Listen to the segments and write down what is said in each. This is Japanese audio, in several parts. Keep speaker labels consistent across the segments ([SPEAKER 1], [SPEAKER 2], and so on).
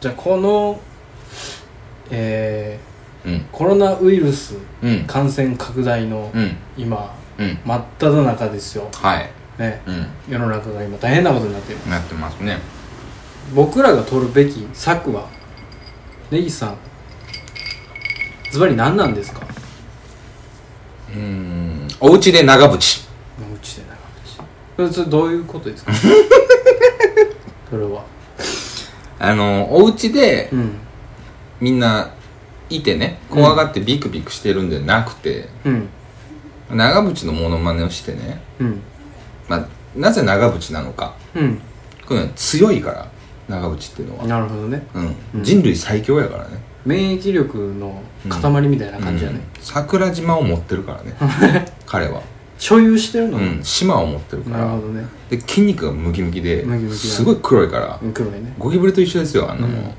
[SPEAKER 1] じゃあこの、え
[SPEAKER 2] うん
[SPEAKER 1] ーコロナウイルス
[SPEAKER 2] うん
[SPEAKER 1] 感染拡大の
[SPEAKER 2] うん
[SPEAKER 1] 今
[SPEAKER 2] うん
[SPEAKER 1] 真っ只中ですよ、
[SPEAKER 2] はい
[SPEAKER 1] ね、
[SPEAKER 2] うん
[SPEAKER 1] 世の中が今大変なことになっている
[SPEAKER 2] なってますね
[SPEAKER 1] 僕らが取るべき策は根岸さんズバリ何なんですか
[SPEAKER 2] うんお家で長渕
[SPEAKER 1] うちで長渕それそれどういうことです かそれは
[SPEAKER 2] あのお家で
[SPEAKER 1] うん
[SPEAKER 2] みんないてね怖がってビクビクしてるんじゃなくて、
[SPEAKER 1] うん
[SPEAKER 2] 長渕のモノマネをしてね、
[SPEAKER 1] うん
[SPEAKER 2] まあ、なぜ長渕なのか
[SPEAKER 1] う
[SPEAKER 2] こういうのは強いから長渕っていうのは
[SPEAKER 1] ん、なるほどね
[SPEAKER 2] う
[SPEAKER 1] うん
[SPEAKER 2] ん、人類最強やからね
[SPEAKER 1] 免疫力の塊みたいな感じやね、
[SPEAKER 2] うん桜島を持ってるからね彼は、
[SPEAKER 1] 所有してる
[SPEAKER 2] う
[SPEAKER 1] の、
[SPEAKER 2] ん、島を持ってるか
[SPEAKER 1] なる
[SPEAKER 2] ら
[SPEAKER 1] ほどね
[SPEAKER 2] で筋肉がムキムキで
[SPEAKER 1] ムキムキだ
[SPEAKER 2] すごい黒いから
[SPEAKER 1] 黒いね
[SPEAKER 2] ゴキブリと一緒ですよあんなもん、
[SPEAKER 1] うん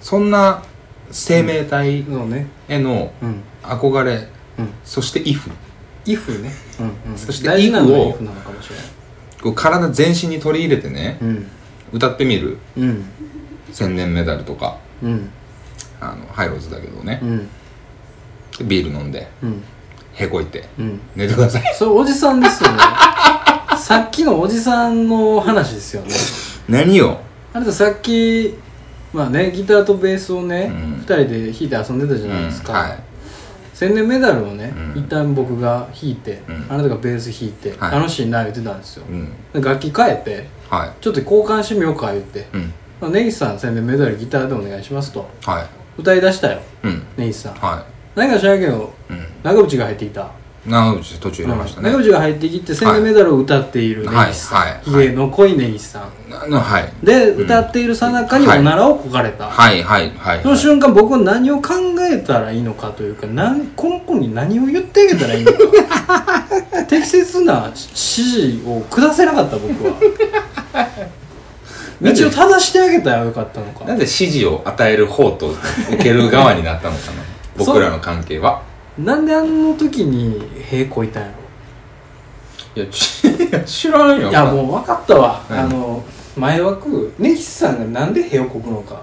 [SPEAKER 2] そんな生命体
[SPEAKER 1] そうね
[SPEAKER 2] への
[SPEAKER 1] うん
[SPEAKER 2] 憧れ
[SPEAKER 1] うん
[SPEAKER 2] そしてイフ
[SPEAKER 1] イフね、うんうん、
[SPEAKER 2] そして
[SPEAKER 1] 大事なのは
[SPEAKER 2] イフを
[SPEAKER 1] イフなのかもしれない
[SPEAKER 2] こう体全身に取り入れてね
[SPEAKER 1] うん
[SPEAKER 2] 歌ってみる
[SPEAKER 1] うん
[SPEAKER 2] 千年メダルとか
[SPEAKER 1] うん
[SPEAKER 2] あのハイローズだけどね
[SPEAKER 1] う、ん
[SPEAKER 2] でビール飲んで
[SPEAKER 1] うん
[SPEAKER 2] へこいて
[SPEAKER 1] うん
[SPEAKER 2] 寝てく ださい
[SPEAKER 1] それおじさんですよ ねさっきのおじさんの話ですよね
[SPEAKER 2] 何よ
[SPEAKER 1] あなたさっきまあねギターとベースをね、
[SPEAKER 2] う
[SPEAKER 1] 二2
[SPEAKER 2] ん
[SPEAKER 1] 人で弾いて遊んでたじゃないですか、
[SPEAKER 2] うんはい
[SPEAKER 1] 千年メダルをね、
[SPEAKER 2] うん
[SPEAKER 1] 一旦僕が弾いて、
[SPEAKER 2] うん
[SPEAKER 1] あなたがベース弾いて、
[SPEAKER 2] はい
[SPEAKER 1] 楽しいな言ってたんですよ
[SPEAKER 2] うん
[SPEAKER 1] で楽器変えて
[SPEAKER 2] は
[SPEAKER 1] ちょっと交換してみようか言って
[SPEAKER 2] いうん
[SPEAKER 1] 「まあ根岸さん千年メダルギターでお願いします」と
[SPEAKER 2] はい
[SPEAKER 1] 歌い出したよ
[SPEAKER 2] うん
[SPEAKER 1] 根岸さん
[SPEAKER 2] は
[SPEAKER 1] 何か知らんけど
[SPEAKER 2] いうん
[SPEAKER 1] 長渕が入ってきた
[SPEAKER 2] 長渕途中入れましたね
[SPEAKER 1] 長渕が入ってきて千年メダルを歌っている根岸
[SPEAKER 2] はい
[SPEAKER 1] さ
[SPEAKER 2] は
[SPEAKER 1] ん
[SPEAKER 2] い
[SPEAKER 1] ヒゲの濃い根岸さん
[SPEAKER 2] ななはい
[SPEAKER 1] で歌っているさなかにお
[SPEAKER 2] はい
[SPEAKER 1] ならをこかれた
[SPEAKER 2] はいはいはい
[SPEAKER 1] その瞬間僕は何を考えたらいいのかというか何根本に何を言ってあげたらい いのか適切な指示を下せなかった僕は道を正してあげたらよかったのか
[SPEAKER 2] なぜ指示を与える方と受ける側になったのかな 僕らの関係は
[SPEAKER 1] なんであの時に屁こいたんや
[SPEAKER 2] いやち知らんよ
[SPEAKER 1] ろいやもう分かったわ、
[SPEAKER 2] うん
[SPEAKER 1] あの前枠根岸さんがなんで屁をこくの か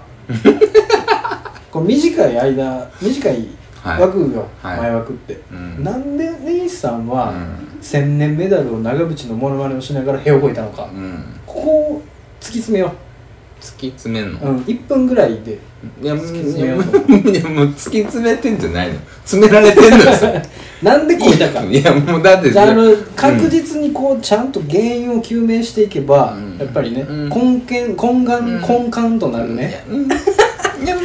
[SPEAKER 1] こう短い間短い枠が
[SPEAKER 2] はい
[SPEAKER 1] 前枠って、
[SPEAKER 2] うん
[SPEAKER 1] なんで根岸さんは、
[SPEAKER 2] うん
[SPEAKER 1] 千年メダルを長渕のモノマネをしながらへをこいたのか、
[SPEAKER 2] うん
[SPEAKER 1] ここを突き詰めよ
[SPEAKER 2] 突き詰めん
[SPEAKER 1] う、
[SPEAKER 2] の、
[SPEAKER 1] うん、1分ぐらいで
[SPEAKER 2] いや
[SPEAKER 1] 突き詰めようと
[SPEAKER 2] もういやもう突き詰めてんじゃないの詰められてんのよそれ
[SPEAKER 1] なんでこいたか
[SPEAKER 2] いやもうだって
[SPEAKER 1] じゃああの確実にこうちゃんと原因を究明していけば、
[SPEAKER 2] うん
[SPEAKER 1] やっぱりね、
[SPEAKER 2] うん
[SPEAKER 1] 根源根幹、
[SPEAKER 2] うん
[SPEAKER 1] 根幹となるね、
[SPEAKER 2] うんいや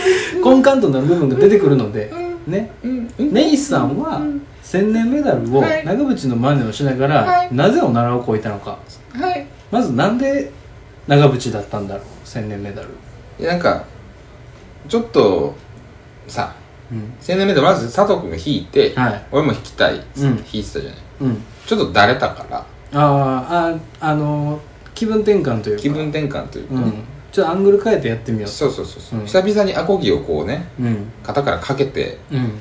[SPEAKER 1] 根幹となる部分が出てくるので、ね
[SPEAKER 2] うんうん
[SPEAKER 1] 根岸さんは千年メダルを
[SPEAKER 2] はい
[SPEAKER 1] 長渕のマネをしながら、
[SPEAKER 2] はい
[SPEAKER 1] なぜおならをこいたのか
[SPEAKER 2] はい
[SPEAKER 1] まずなんで長渕だったんだろう千年メダル、
[SPEAKER 2] いやなんかちょっとさ
[SPEAKER 1] うん、
[SPEAKER 2] 青年メダルまず佐藤君が弾いて、
[SPEAKER 1] はい
[SPEAKER 2] 俺も弾きたいっつって
[SPEAKER 1] うん
[SPEAKER 2] 弾いてたじゃない、
[SPEAKER 1] うん
[SPEAKER 2] ちょっとだれたから
[SPEAKER 1] あーああの気分転換というか
[SPEAKER 2] 気分転換というか、
[SPEAKER 1] うんちょっとアングル変えてやってみよう
[SPEAKER 2] そうそうそうそう、
[SPEAKER 1] うん
[SPEAKER 2] 久々にアコギをこうね
[SPEAKER 1] うん
[SPEAKER 2] 肩からかけて
[SPEAKER 1] うん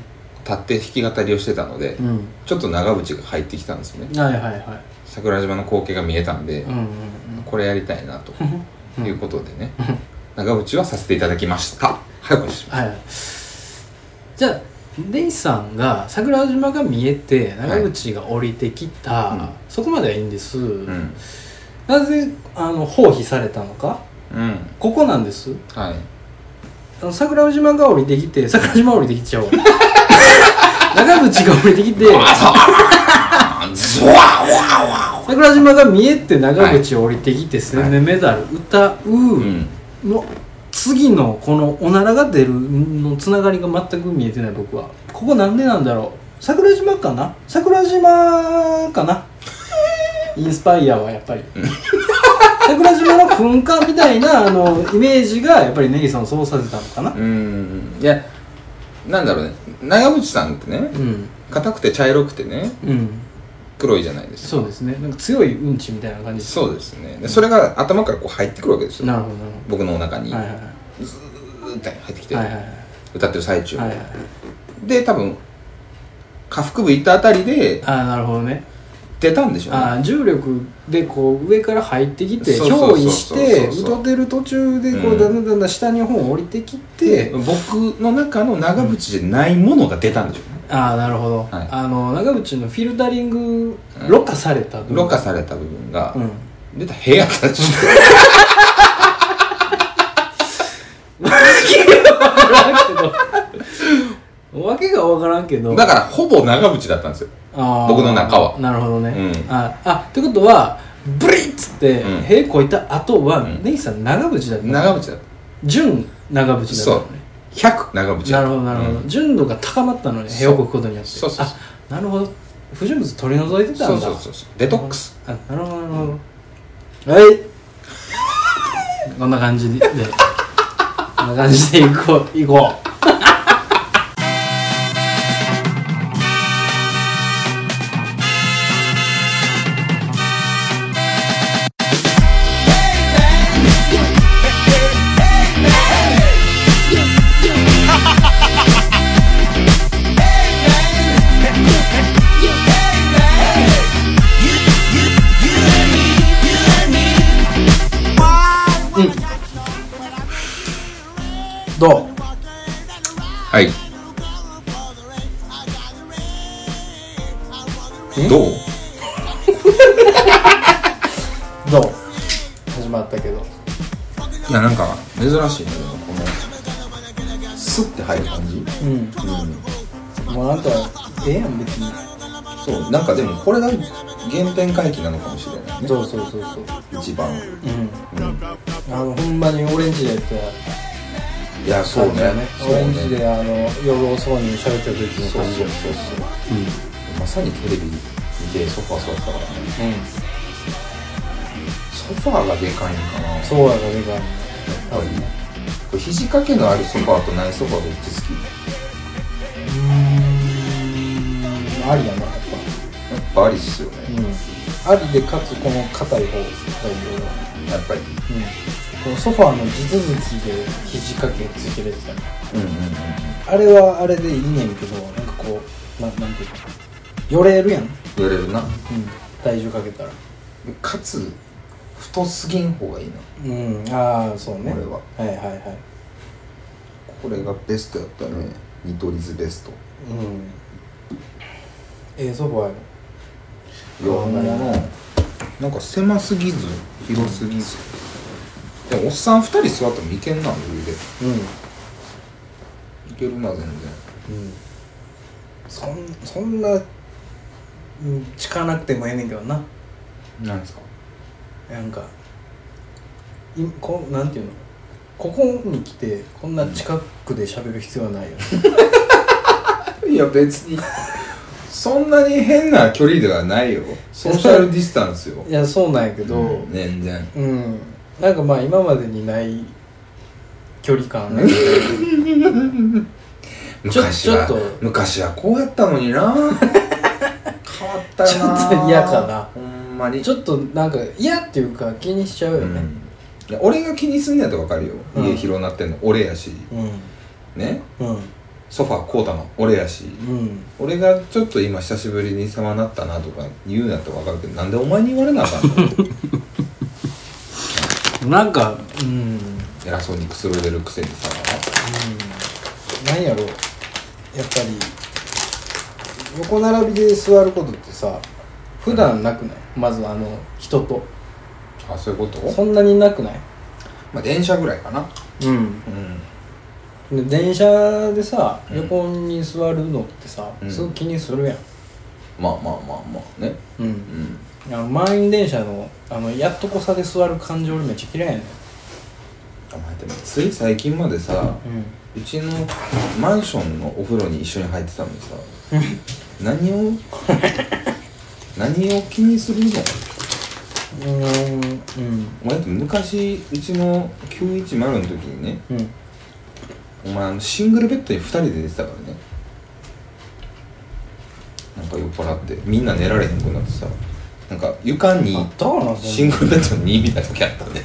[SPEAKER 2] 立って弾き語りをしてたので、
[SPEAKER 1] うん
[SPEAKER 2] ちょっと長渕が入ってきたんですよね
[SPEAKER 1] はいはいは
[SPEAKER 2] 桜島の光景が見えたんで、
[SPEAKER 1] いうんうん
[SPEAKER 2] これやりたいなと
[SPEAKER 1] うん
[SPEAKER 2] いうことでね、長渕はさせていただきましたはいお願いします
[SPEAKER 1] はいじゃあレイさんが桜島が見えて長渕が降りてきた、
[SPEAKER 2] うん
[SPEAKER 1] そこまではいいんです、
[SPEAKER 2] うん
[SPEAKER 1] なぜあの放棄されたのか
[SPEAKER 2] うん
[SPEAKER 1] ここなんです
[SPEAKER 2] はい
[SPEAKER 1] あの桜島が降りてきて桜島降りてき ちゃう長渕が降りてきて
[SPEAKER 2] あズワーワーワ
[SPEAKER 1] 桜島が見えて長渕降りてきて千年メダル歌
[SPEAKER 2] ーう
[SPEAKER 1] うんの次のこのおならが出るのつながりが全く見えてない僕はここなんでなんだろう桜島かな桜島かなインスパイアはやっぱり桜島の噴火みたいなあのイメージがやっぱりネギさんをそうさせたのかな
[SPEAKER 2] うんいやなんだろうね長渕さんってね
[SPEAKER 1] うん
[SPEAKER 2] 硬くて茶色くてね
[SPEAKER 1] うん
[SPEAKER 2] 黒いじゃないですか
[SPEAKER 1] そうですねなんか強いうんちみたいな感じ
[SPEAKER 2] そうですねでそれが頭からこう入ってくるわけですよ
[SPEAKER 1] なるほどなる
[SPEAKER 2] 僕のお腹に
[SPEAKER 1] ほどはいは
[SPEAKER 2] グーって入ってき
[SPEAKER 1] い
[SPEAKER 2] て、
[SPEAKER 1] はいはいはい
[SPEAKER 2] 歌ってる最中、
[SPEAKER 1] はいはいはい
[SPEAKER 2] で多分下腹部行ったあたりで
[SPEAKER 1] ああなるほどね
[SPEAKER 2] 出たんでしょうね
[SPEAKER 1] あー重力でこう上から入ってきて
[SPEAKER 2] そうそうそうそう
[SPEAKER 1] 憑依して
[SPEAKER 2] そうそうそう
[SPEAKER 1] 歌ってる途中でこ
[SPEAKER 2] う
[SPEAKER 1] うんだんだんだんだん下に本降りてきて、
[SPEAKER 2] 僕の中の長渕じゃないものが出たんでしょうね、
[SPEAKER 1] ああなるほど、
[SPEAKER 2] はい
[SPEAKER 1] あの長渕のフィルタリング
[SPEAKER 2] うん
[SPEAKER 1] ろ過された
[SPEAKER 2] ろ過された部分が、
[SPEAKER 1] うん
[SPEAKER 2] 出た部屋からし
[SPEAKER 1] わけが分からんけど
[SPEAKER 2] だからほぼ長渕だったんですよ
[SPEAKER 1] あー
[SPEAKER 2] 僕の中は
[SPEAKER 1] なるほどね、
[SPEAKER 2] うん
[SPEAKER 1] ああってことはブリッつって
[SPEAKER 2] うん
[SPEAKER 1] 塀越えた後は、
[SPEAKER 2] うん
[SPEAKER 1] ネギさん長渕だった
[SPEAKER 2] 長渕だった
[SPEAKER 1] 純長渕だ
[SPEAKER 2] そ
[SPEAKER 1] っ
[SPEAKER 2] う
[SPEAKER 1] たのね
[SPEAKER 2] 100長渕
[SPEAKER 1] なるほどなるほど、
[SPEAKER 2] う
[SPEAKER 1] 純度が高まったのね
[SPEAKER 2] そう
[SPEAKER 1] 塀を越くことによって
[SPEAKER 2] そうそうそう
[SPEAKER 1] あなるほど不純物取り除いてたんだ
[SPEAKER 2] そうそうそうそうデトックス
[SPEAKER 1] あなるほどなるほどはいこんな感じでこんな感じでいこういこうどう
[SPEAKER 2] はいどう
[SPEAKER 1] どう始まったけど
[SPEAKER 2] いやなんか珍しいねこのスッて入る感じ
[SPEAKER 1] うん
[SPEAKER 2] うん
[SPEAKER 1] もうあんたええやん別に
[SPEAKER 2] そうなんかでもこれが原点回帰なのかもしれないね
[SPEAKER 1] そうそうそうそう
[SPEAKER 2] 一番
[SPEAKER 1] うん
[SPEAKER 2] うん
[SPEAKER 1] あのほんまにオレンジでやった
[SPEAKER 2] いやそうね
[SPEAKER 1] オレンジであの夜遅うに喋ってる時の
[SPEAKER 2] そう
[SPEAKER 1] 感じ
[SPEAKER 2] そうそうそうまさにテレビでソファー座ったからね
[SPEAKER 1] うん、
[SPEAKER 2] ソファーがでかいのかなやっ
[SPEAKER 1] そうやろでかい
[SPEAKER 2] ぱりこれ肘掛けのあるソファーとないソファーどっち好き
[SPEAKER 1] うんありやなやっ
[SPEAKER 2] やっぱありっすよ
[SPEAKER 1] ぱ
[SPEAKER 2] ね
[SPEAKER 1] うんありでかつこの硬い方がいいよ
[SPEAKER 2] やっぱり
[SPEAKER 1] うんこのソファーの地続きで肘掛けつけれてたの
[SPEAKER 2] うんうんうん
[SPEAKER 1] あれはあれでいいねんけどなんかこうななんていうかよれるやん、うん、
[SPEAKER 2] 言われるな
[SPEAKER 1] 体重かけたら
[SPEAKER 2] かつ太すぎん方がいいな
[SPEAKER 1] うんああそうね
[SPEAKER 2] 俺は
[SPEAKER 1] はいはいはい
[SPEAKER 2] これがベストやったね見取り図ベスト
[SPEAKER 1] うんええソファーやろ
[SPEAKER 2] いやほんまななんか狭すぎず広すぎずでもおっさん2人座ってもいけんな余裕で
[SPEAKER 1] う
[SPEAKER 2] いけるな全然
[SPEAKER 1] ん、うん、そんそんなうん近なくてもええねんけどな
[SPEAKER 2] なんですか
[SPEAKER 1] なんかいこうなんていうのここに来てこんな近くで喋る必要はないよ、
[SPEAKER 2] いや別にそんなに変な距離ではないよソーシャルディスタンス よ
[SPEAKER 1] いやそうなんやけどうん、
[SPEAKER 2] 全 然
[SPEAKER 1] なんかまあ今までにない距離感ちょ
[SPEAKER 2] 昔は
[SPEAKER 1] ちょっと
[SPEAKER 2] 昔はこうやったのに な変わったな
[SPEAKER 1] ちょっと嫌かな
[SPEAKER 2] ほんま に
[SPEAKER 1] ちょっとなんか嫌っていうか気にしちゃうよ
[SPEAKER 2] う
[SPEAKER 1] ね
[SPEAKER 2] んいや俺が気にすんねやったらわかるよ、
[SPEAKER 1] うん
[SPEAKER 2] 家広なってんの俺やし
[SPEAKER 1] うん
[SPEAKER 2] ね
[SPEAKER 1] うん
[SPEAKER 2] ソファーこうたの俺やし
[SPEAKER 1] うん
[SPEAKER 2] 俺がちょっと今久しぶりに様なったなとか言うなってわかるけどなんでお前に言われなあか んの
[SPEAKER 1] なんかうん
[SPEAKER 2] 偉そうにくつろいでるくせにさ
[SPEAKER 1] うんなんやろやっぱり横並びで座ることってさ普段なくないまずあの人と
[SPEAKER 2] あそういうこと
[SPEAKER 1] そんなになくない
[SPEAKER 2] まあ電車ぐらいかな
[SPEAKER 1] うん
[SPEAKER 2] うん
[SPEAKER 1] で電車でさ
[SPEAKER 2] うん
[SPEAKER 1] 横に座るのってさ、
[SPEAKER 2] うん
[SPEAKER 1] すごく気にするやん
[SPEAKER 2] まあまあまあまあね
[SPEAKER 1] う
[SPEAKER 2] うんん
[SPEAKER 1] あの満員電車のあのやっとこさで座る感じ俺めっちゃ嫌いやねん
[SPEAKER 2] お前でもつい最近までさうちのマンションのお風呂に一緒に入ってたのに さ何を何を気にするの
[SPEAKER 1] うんうん
[SPEAKER 2] お前だって昔うちの910の時にね
[SPEAKER 1] うん
[SPEAKER 2] お前あのシングルベッドに2人で寝てたからねなんか酔っ払ってみんな寝られへんくなってさなんか床に
[SPEAKER 1] あったかな
[SPEAKER 2] シングルベッドに2みたいな時あったね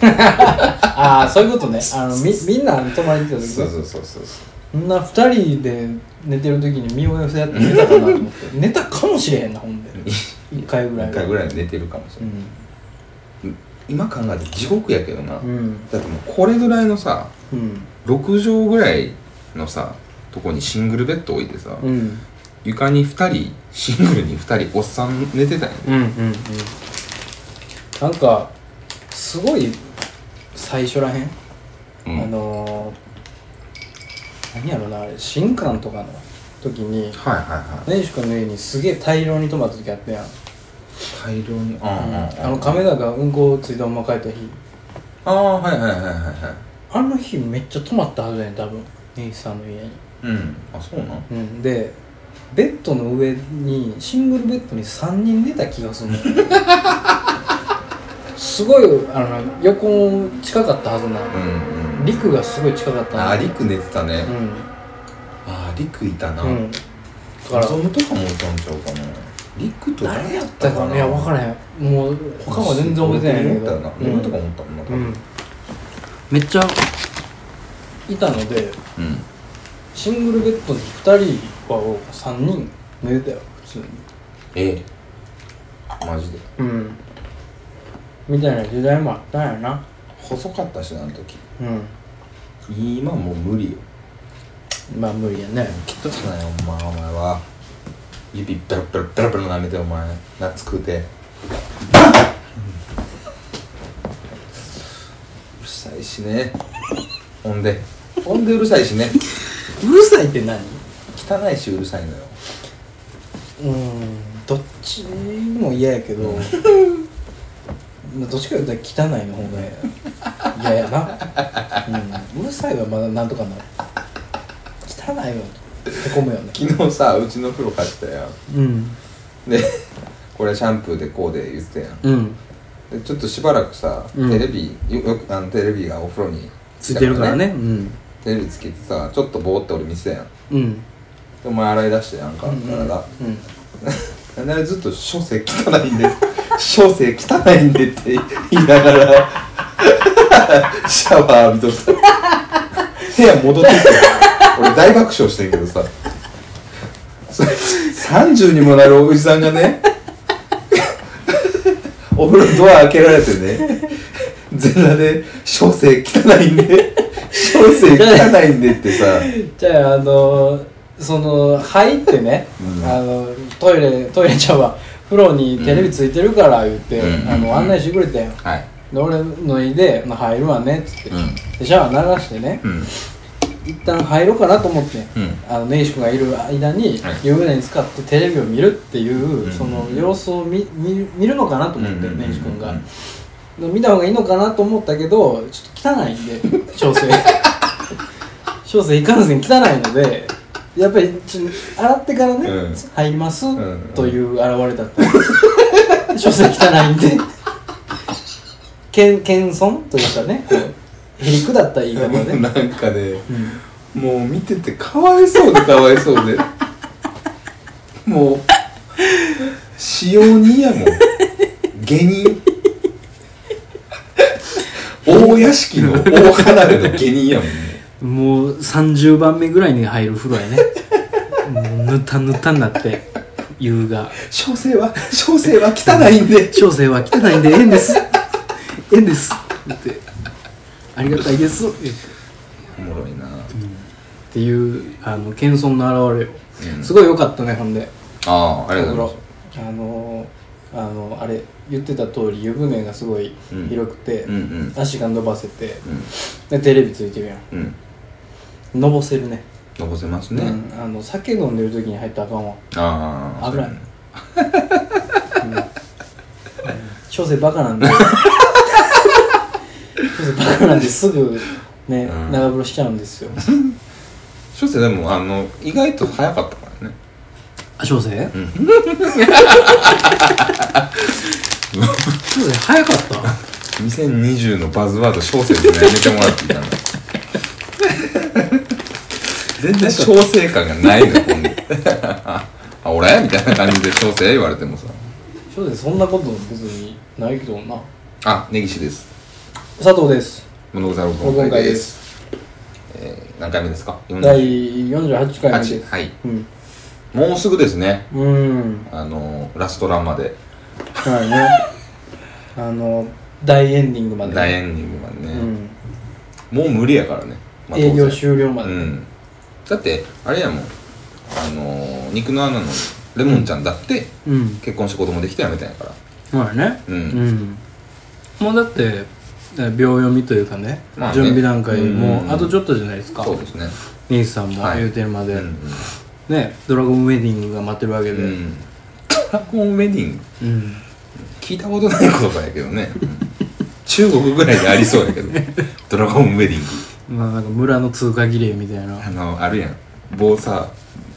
[SPEAKER 1] ああそういうこと ねあのみみんな泊まりに来た時
[SPEAKER 2] そうそうそうそうそ
[SPEAKER 1] そんな2人で寝てる時に身を寄せ合って寝たかなと思って 寝たかもしれへんなほんで
[SPEAKER 2] う
[SPEAKER 1] 1回ぐらい
[SPEAKER 2] 1回ぐらい寝てるかもしれ
[SPEAKER 1] う
[SPEAKER 2] ない、
[SPEAKER 1] ん
[SPEAKER 2] 今考えたら地獄やけどな、
[SPEAKER 1] うん
[SPEAKER 2] だってもうこれぐらいのさ
[SPEAKER 1] うん
[SPEAKER 2] 6畳ぐらいのさとこにシングルベッド置いてさ、
[SPEAKER 1] うんうん
[SPEAKER 2] 床に2人シングルに2人おっさん寝てたんや
[SPEAKER 1] うんうんなんかすごい最初らへん、
[SPEAKER 2] うん
[SPEAKER 1] あのー、何やろなあれ新刊とかの時に
[SPEAKER 2] はいはいは
[SPEAKER 1] 根岸君の家にすげえ大量に泊まった時あったやん、
[SPEAKER 2] い大量にあ
[SPEAKER 1] あの亀田がうんこをついたまま帰った日
[SPEAKER 2] ああはいはいはいはいはい
[SPEAKER 1] あの日めっちゃ泊まったはずやねん多分根岸さんの家に
[SPEAKER 2] うんあそうなん
[SPEAKER 1] うん、でベッドの上にシングルベッドに3人寝た気がす るのすごいあの横も近かったはずな
[SPEAKER 2] う
[SPEAKER 1] の
[SPEAKER 2] んうん
[SPEAKER 1] 陸がすごい近かったの
[SPEAKER 2] あリク寝てたね、
[SPEAKER 1] うん
[SPEAKER 2] あリクいたな、
[SPEAKER 1] うんだから
[SPEAKER 2] 望むとかもおったんちゃうかなリクと
[SPEAKER 1] 誰やったかないや分からへんもう他は全然覚えてない
[SPEAKER 2] ん
[SPEAKER 1] ん
[SPEAKER 2] だ
[SPEAKER 1] だけ
[SPEAKER 2] けど
[SPEAKER 1] ど
[SPEAKER 2] 俺とか思ったもんな多
[SPEAKER 1] うん
[SPEAKER 2] 分
[SPEAKER 1] うんめっちゃいたので
[SPEAKER 2] うん
[SPEAKER 1] シングルベッドに2人は3人寝てたよ普通に
[SPEAKER 2] ええマジで
[SPEAKER 1] うんみたいな時代もあったんやな
[SPEAKER 2] 細かったしなあの時
[SPEAKER 1] うん
[SPEAKER 2] 今もう無理よ
[SPEAKER 1] まあ無理やね
[SPEAKER 2] きっとじゃないお前お前は指ペロペロペロペロ舐めてお前ナッツ食うてうるさいしねほんでほんでうるさいしね
[SPEAKER 1] うるさいって何う
[SPEAKER 2] 汚いしうるさいのよ
[SPEAKER 1] ーんどっちも嫌やけどまあどっちか言ったら汚いの方が嫌やな、うん、うるさいはまだなんとかなる汚いはへこむよね
[SPEAKER 2] 昨日さうちの風呂貸したやん
[SPEAKER 1] うん
[SPEAKER 2] でこれシャンプーでこうで言ってたやん
[SPEAKER 1] うん
[SPEAKER 2] でちょっとしばらくさ、
[SPEAKER 1] うん
[SPEAKER 2] テレビよよくあのテレビがお風呂に
[SPEAKER 1] ついてるからねうん
[SPEAKER 2] テレビつけてさちょっとぼーって俺見てたやん
[SPEAKER 1] うん
[SPEAKER 2] でお前洗い出してやんか体、
[SPEAKER 1] うん
[SPEAKER 2] なんであれずっと「書生汚いんで書生汚いんで」って言いながらシャワー浴びとった部屋戻ってきて俺大爆笑してんけどさそ30にもなるおじさんがねお風呂ドア開けられてね全裸で「小生汚いんで小生汚いんで」ってさ
[SPEAKER 1] じゃああのその入ってね、
[SPEAKER 2] うん
[SPEAKER 1] あのトイレトイレちゃうわ風呂にテレビついてるから言って、
[SPEAKER 2] うん
[SPEAKER 1] あの案内してくれたやん
[SPEAKER 2] はい
[SPEAKER 1] で俺脱いで、まあ、入るわねっつって、
[SPEAKER 2] うん
[SPEAKER 1] でシャワー流してね
[SPEAKER 2] うん
[SPEAKER 1] 一旦入ろうかなと思って、
[SPEAKER 2] うん
[SPEAKER 1] あの根岸君がいる間に
[SPEAKER 2] はい
[SPEAKER 1] 湯船に浸かってテレビを見るっていう、
[SPEAKER 2] うん
[SPEAKER 1] その様子を見見見るのかなと思って
[SPEAKER 2] うん
[SPEAKER 1] 根岸君が
[SPEAKER 2] う
[SPEAKER 1] で
[SPEAKER 2] ん
[SPEAKER 1] 見た方がいいのかなと思ったけどちょっと汚いん で小生小生いかんせん汚いのでやっぱりちょ洗ってからね、
[SPEAKER 2] うん
[SPEAKER 1] 入ります、
[SPEAKER 2] うん
[SPEAKER 1] という現れだった 所詮汚いんでけん謙遜というかねこうへりくだった言い方で、うん、
[SPEAKER 2] なんかねもう見ててかわいそうでかわいそう でもう使用人やもん下人大屋敷の大花火の下人やもんね
[SPEAKER 1] もう30番目ぐらいに入る風呂やね もうぬたぬたになって優が
[SPEAKER 2] 小生は小生は汚いんで
[SPEAKER 1] 小生は汚いんでええんですええんですってありがたいですって
[SPEAKER 2] おもろいな、
[SPEAKER 1] っていうあの謙遜の表れよ
[SPEAKER 2] うん
[SPEAKER 1] すごい良かったねほんで
[SPEAKER 2] ああありがとうござい
[SPEAKER 1] あのーあのあれ言ってた通り湯船がすごい
[SPEAKER 2] うん
[SPEAKER 1] 広くて、
[SPEAKER 2] ますうんうん
[SPEAKER 1] 足が伸ばせて
[SPEAKER 2] うん
[SPEAKER 1] でテレビついてるやん
[SPEAKER 2] うん
[SPEAKER 1] のぼせるね
[SPEAKER 2] 残せますね、
[SPEAKER 1] うん、あの酒飲んでる時に入ったらあかんわ
[SPEAKER 2] ああ
[SPEAKER 1] 危ない小生バカなんで小生バカなんですぐね、
[SPEAKER 2] うん
[SPEAKER 1] 長風呂しちゃうんですよ
[SPEAKER 2] 小生でもあの意外と早かったからね
[SPEAKER 1] あ小生、小
[SPEAKER 2] ん
[SPEAKER 1] 生早かった
[SPEAKER 2] 2020のバズワード小生ってやめてもらっていいかな全然小生感がない のよほんであ俺みたいな感じで小生言われてもさ
[SPEAKER 1] 小生そんなこと別にないけどな
[SPEAKER 2] あ根岸です
[SPEAKER 1] 佐藤です
[SPEAKER 2] 物語録
[SPEAKER 1] 録音会です
[SPEAKER 2] えー、何回目ですか
[SPEAKER 1] 第48回目です
[SPEAKER 2] 48はい
[SPEAKER 1] うん
[SPEAKER 2] もうすぐですね
[SPEAKER 1] うん
[SPEAKER 2] あのラストランまで
[SPEAKER 1] はいねあの大エンディングまで
[SPEAKER 2] 大エンディングまで
[SPEAKER 1] う
[SPEAKER 2] ね、
[SPEAKER 1] ん
[SPEAKER 2] もう無理やからね、まあ
[SPEAKER 1] 営
[SPEAKER 2] 当
[SPEAKER 1] 業
[SPEAKER 2] 然
[SPEAKER 1] 終了ま
[SPEAKER 2] う
[SPEAKER 1] で、
[SPEAKER 2] んだってあれやもんあのー肉の穴のレモンちゃんだって
[SPEAKER 1] うん
[SPEAKER 2] 結婚して子供できてやめたんやから
[SPEAKER 1] そうやね
[SPEAKER 2] うん
[SPEAKER 1] うんもうだってえ秒読みというかね,、
[SPEAKER 2] まあね
[SPEAKER 1] 準備段階も
[SPEAKER 2] うん
[SPEAKER 1] あとちょっとじゃないですか
[SPEAKER 2] そうですね
[SPEAKER 1] 兄さんも
[SPEAKER 2] はい
[SPEAKER 1] 言うてるまで、
[SPEAKER 2] うんうん
[SPEAKER 1] ねドラゴンウェディングが待ってるわけで
[SPEAKER 2] う、んドラゴンウェディング
[SPEAKER 1] うん
[SPEAKER 2] 聞いたことない言葉やけどね中国ぐらいでありそうやけど ドラゴンウェディング
[SPEAKER 1] まあなんか村の通過儀礼みたいなは
[SPEAKER 2] あのあるやん棒さ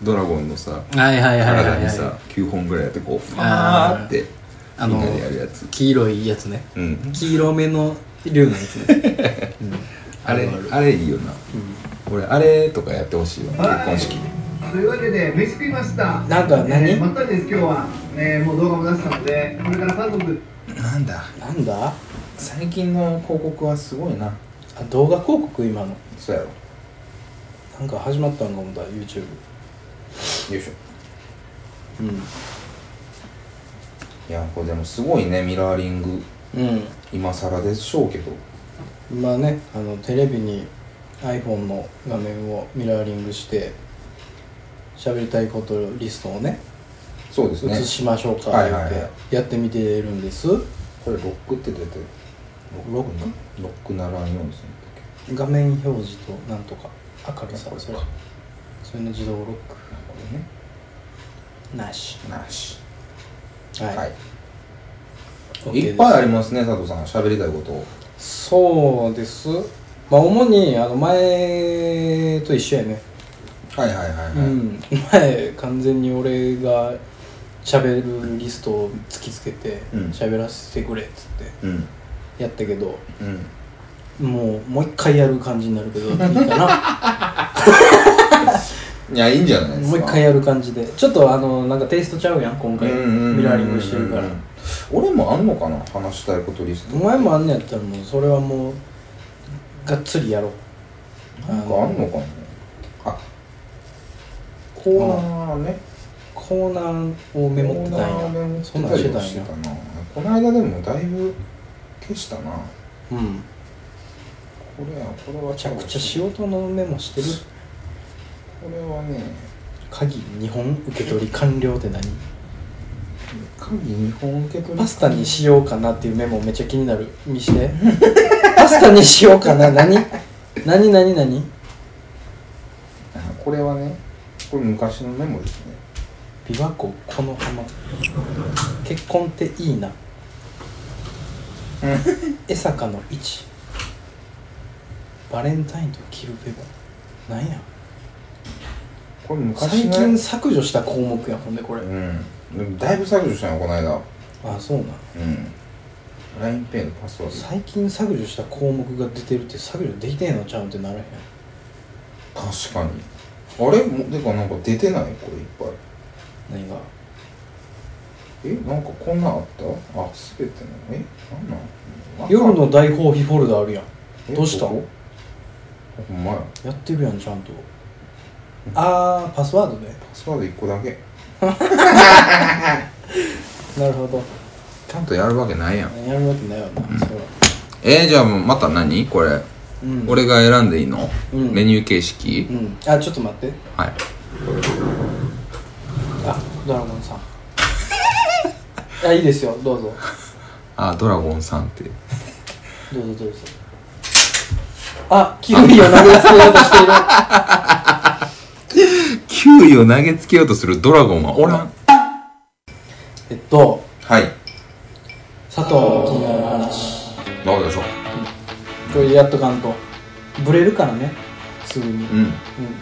[SPEAKER 2] ドラゴンのさ
[SPEAKER 1] いはいはいはい、
[SPEAKER 2] 体に
[SPEAKER 1] は
[SPEAKER 2] さ
[SPEAKER 1] い、
[SPEAKER 2] 9本ぐらいやってこうファ
[SPEAKER 1] あー
[SPEAKER 2] ーって
[SPEAKER 1] あ
[SPEAKER 2] み
[SPEAKER 1] の
[SPEAKER 2] んなでやるやつ
[SPEAKER 1] 黄色いやつね
[SPEAKER 2] うん
[SPEAKER 1] 黄色めの竜のやつ ね、うん
[SPEAKER 2] あれ
[SPEAKER 1] るる
[SPEAKER 2] あれいいよな
[SPEAKER 1] う
[SPEAKER 2] 俺あれとかやってほしいよ結婚式
[SPEAKER 3] というわけで飯食いました
[SPEAKER 1] なんか何
[SPEAKER 3] えーまったりです今日は、えーもう動画も出したのでこれから韓国
[SPEAKER 2] なんだ
[SPEAKER 1] んなんだあ
[SPEAKER 2] 最近の広告はすごいな
[SPEAKER 1] 動画広告今の
[SPEAKER 2] そうやろ
[SPEAKER 1] なんか始まったんかもだ YouTube
[SPEAKER 2] よいしょ
[SPEAKER 1] う
[SPEAKER 2] いやこれでもすごいねミラーリング
[SPEAKER 1] ん、
[SPEAKER 2] 今更でしょうけど
[SPEAKER 1] うん、まあねあのテレビに iPhone の画面をミラーリングして喋りたいことリストをね
[SPEAKER 2] そうですね
[SPEAKER 1] 映しましょうか
[SPEAKER 2] はい
[SPEAKER 1] 言
[SPEAKER 2] はいは
[SPEAKER 1] っ
[SPEAKER 2] い
[SPEAKER 1] てやってみてるんです
[SPEAKER 2] これロックって出てる
[SPEAKER 1] ロック
[SPEAKER 2] ロックならんようにするんだっけ
[SPEAKER 1] 画面表示となんとか明るさ
[SPEAKER 2] これか
[SPEAKER 1] それそれの自動ロッ
[SPEAKER 2] これね
[SPEAKER 1] クなし
[SPEAKER 2] なし
[SPEAKER 1] はい、
[SPEAKER 2] はい
[SPEAKER 1] OK です
[SPEAKER 2] いっぱいありますね佐藤さん喋りたいことを
[SPEAKER 1] そうですまあ主にあの前と一緒やね
[SPEAKER 2] はいはいはいはい、
[SPEAKER 1] うん、前完全に俺が喋るリストを突きつけて
[SPEAKER 2] うん
[SPEAKER 1] 喋らせてくれっつっ
[SPEAKER 2] うん
[SPEAKER 1] てやったけど
[SPEAKER 2] うん
[SPEAKER 1] もうもう一回やる感じになるけどいいかな
[SPEAKER 2] いやいいんじゃ ないです
[SPEAKER 1] も
[SPEAKER 2] か
[SPEAKER 1] う一回やる感じでちょっとあのなんかテイストちゃうやん今
[SPEAKER 2] うん
[SPEAKER 1] 回
[SPEAKER 2] うんうんうん
[SPEAKER 1] ミラーリングしてるから
[SPEAKER 2] 俺もあんのかな話したいことリス
[SPEAKER 1] お
[SPEAKER 2] ト
[SPEAKER 1] 前もあんねやったらもうそれはもうがっつりやろう
[SPEAKER 2] なんかあんのかなあ
[SPEAKER 1] コ
[SPEAKER 2] コ
[SPEAKER 1] ーナー
[SPEAKER 2] ーナーね
[SPEAKER 1] コーナーをメモってた
[SPEAKER 2] コーナーメ
[SPEAKER 1] ん
[SPEAKER 2] モっ
[SPEAKER 1] や
[SPEAKER 2] て
[SPEAKER 1] そんなんして
[SPEAKER 2] り
[SPEAKER 1] た
[SPEAKER 2] は
[SPEAKER 1] ん
[SPEAKER 2] して
[SPEAKER 1] や
[SPEAKER 2] たなこの間でもだいぶ消したな
[SPEAKER 1] うん
[SPEAKER 2] これはこれは
[SPEAKER 1] めちゃくちゃ仕事のメモしてる
[SPEAKER 2] これはね
[SPEAKER 1] 鍵日本受け取り完了って何
[SPEAKER 2] 鍵日本受け取り
[SPEAKER 1] パスタにしようかなっていうメモめっちゃ気になる見してパスタにしようかな何何何何
[SPEAKER 2] あこれはねこれ昔のメモですね
[SPEAKER 1] 琵琶湖この浜結婚っていいな江坂の位置バレンタインとキルベボなんや
[SPEAKER 2] これ昔
[SPEAKER 1] 最
[SPEAKER 2] の
[SPEAKER 1] 近削除した項目やほんでこれ
[SPEAKER 2] うんでもだいぶ削除したよこの間
[SPEAKER 1] あそうなん
[SPEAKER 2] うん LINEPay のパスワー
[SPEAKER 1] 最近削除した項目が出てるって削除できてんのちゃうんってならへん
[SPEAKER 2] ド確かにあれもてかなんか出てないこれいっぱい
[SPEAKER 1] 何が
[SPEAKER 2] えなんかこんなんあったあすべてのえなんなんわかん
[SPEAKER 1] 夜の大放棄フォルダあるやん
[SPEAKER 2] え
[SPEAKER 1] どうした
[SPEAKER 2] ここほんまや
[SPEAKER 1] やってるやんちゃんとあーパスワードね
[SPEAKER 2] パスワード1個だけ
[SPEAKER 1] なるほど
[SPEAKER 2] ちゃんとやるわけないやん
[SPEAKER 1] やるわけないよな、それは
[SPEAKER 2] えー、じゃあまた何これ、
[SPEAKER 1] うん
[SPEAKER 2] 俺が選んでいいの、
[SPEAKER 1] うん
[SPEAKER 2] メニュー形式、
[SPEAKER 1] うんあちょっと待って
[SPEAKER 2] はい
[SPEAKER 1] あドラゴンさんあいいですよどうぞ
[SPEAKER 2] あドラゴンさんって
[SPEAKER 1] どうぞどうぞあキウイを投げつけようとしている
[SPEAKER 2] 9位を投げつけようとするドラゴンはおらん
[SPEAKER 1] えっと
[SPEAKER 2] はい
[SPEAKER 1] 佐藤の気になる話
[SPEAKER 2] わかりましょう
[SPEAKER 1] これやっとかんとブレるからねすぐに、うん
[SPEAKER 2] うん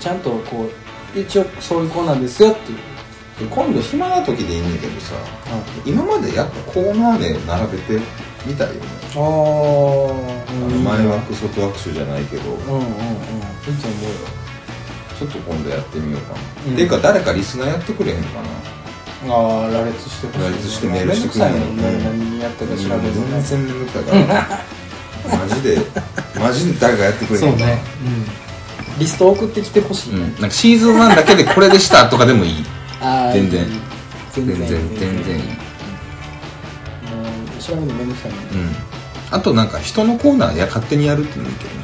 [SPEAKER 1] ちゃんとこう一応そういう子なんですよっていう
[SPEAKER 2] 今度暇な時でいいんだけどさ今までやっぱコーナーで並べてみたいよね
[SPEAKER 1] ああ
[SPEAKER 2] あの前枠外枠集じゃないけど
[SPEAKER 1] うんうんうんいいと思うよ
[SPEAKER 2] ちょっと今度やってみようかな、
[SPEAKER 1] うん
[SPEAKER 2] ていうか誰かリスナーやってくれへんかな
[SPEAKER 1] ああ羅列してほしい
[SPEAKER 2] 羅列してメールしてく
[SPEAKER 1] れ
[SPEAKER 2] れ
[SPEAKER 1] る
[SPEAKER 2] る
[SPEAKER 1] の
[SPEAKER 2] の
[SPEAKER 1] に何やったか調べるの
[SPEAKER 2] 全然面倒くさいから マジでマジで誰かやってくれへんかな
[SPEAKER 1] うんリスト送ってきてほしい、
[SPEAKER 2] うん、なんかシーズン1だけでこれでしたとかでもいい
[SPEAKER 1] あー
[SPEAKER 2] 全然
[SPEAKER 1] 全然
[SPEAKER 2] 全然全然いい
[SPEAKER 1] もう調べるのめんどくさいもんね
[SPEAKER 2] うんあとなんか人のコーナーや勝手にやるっていうのもいいけどね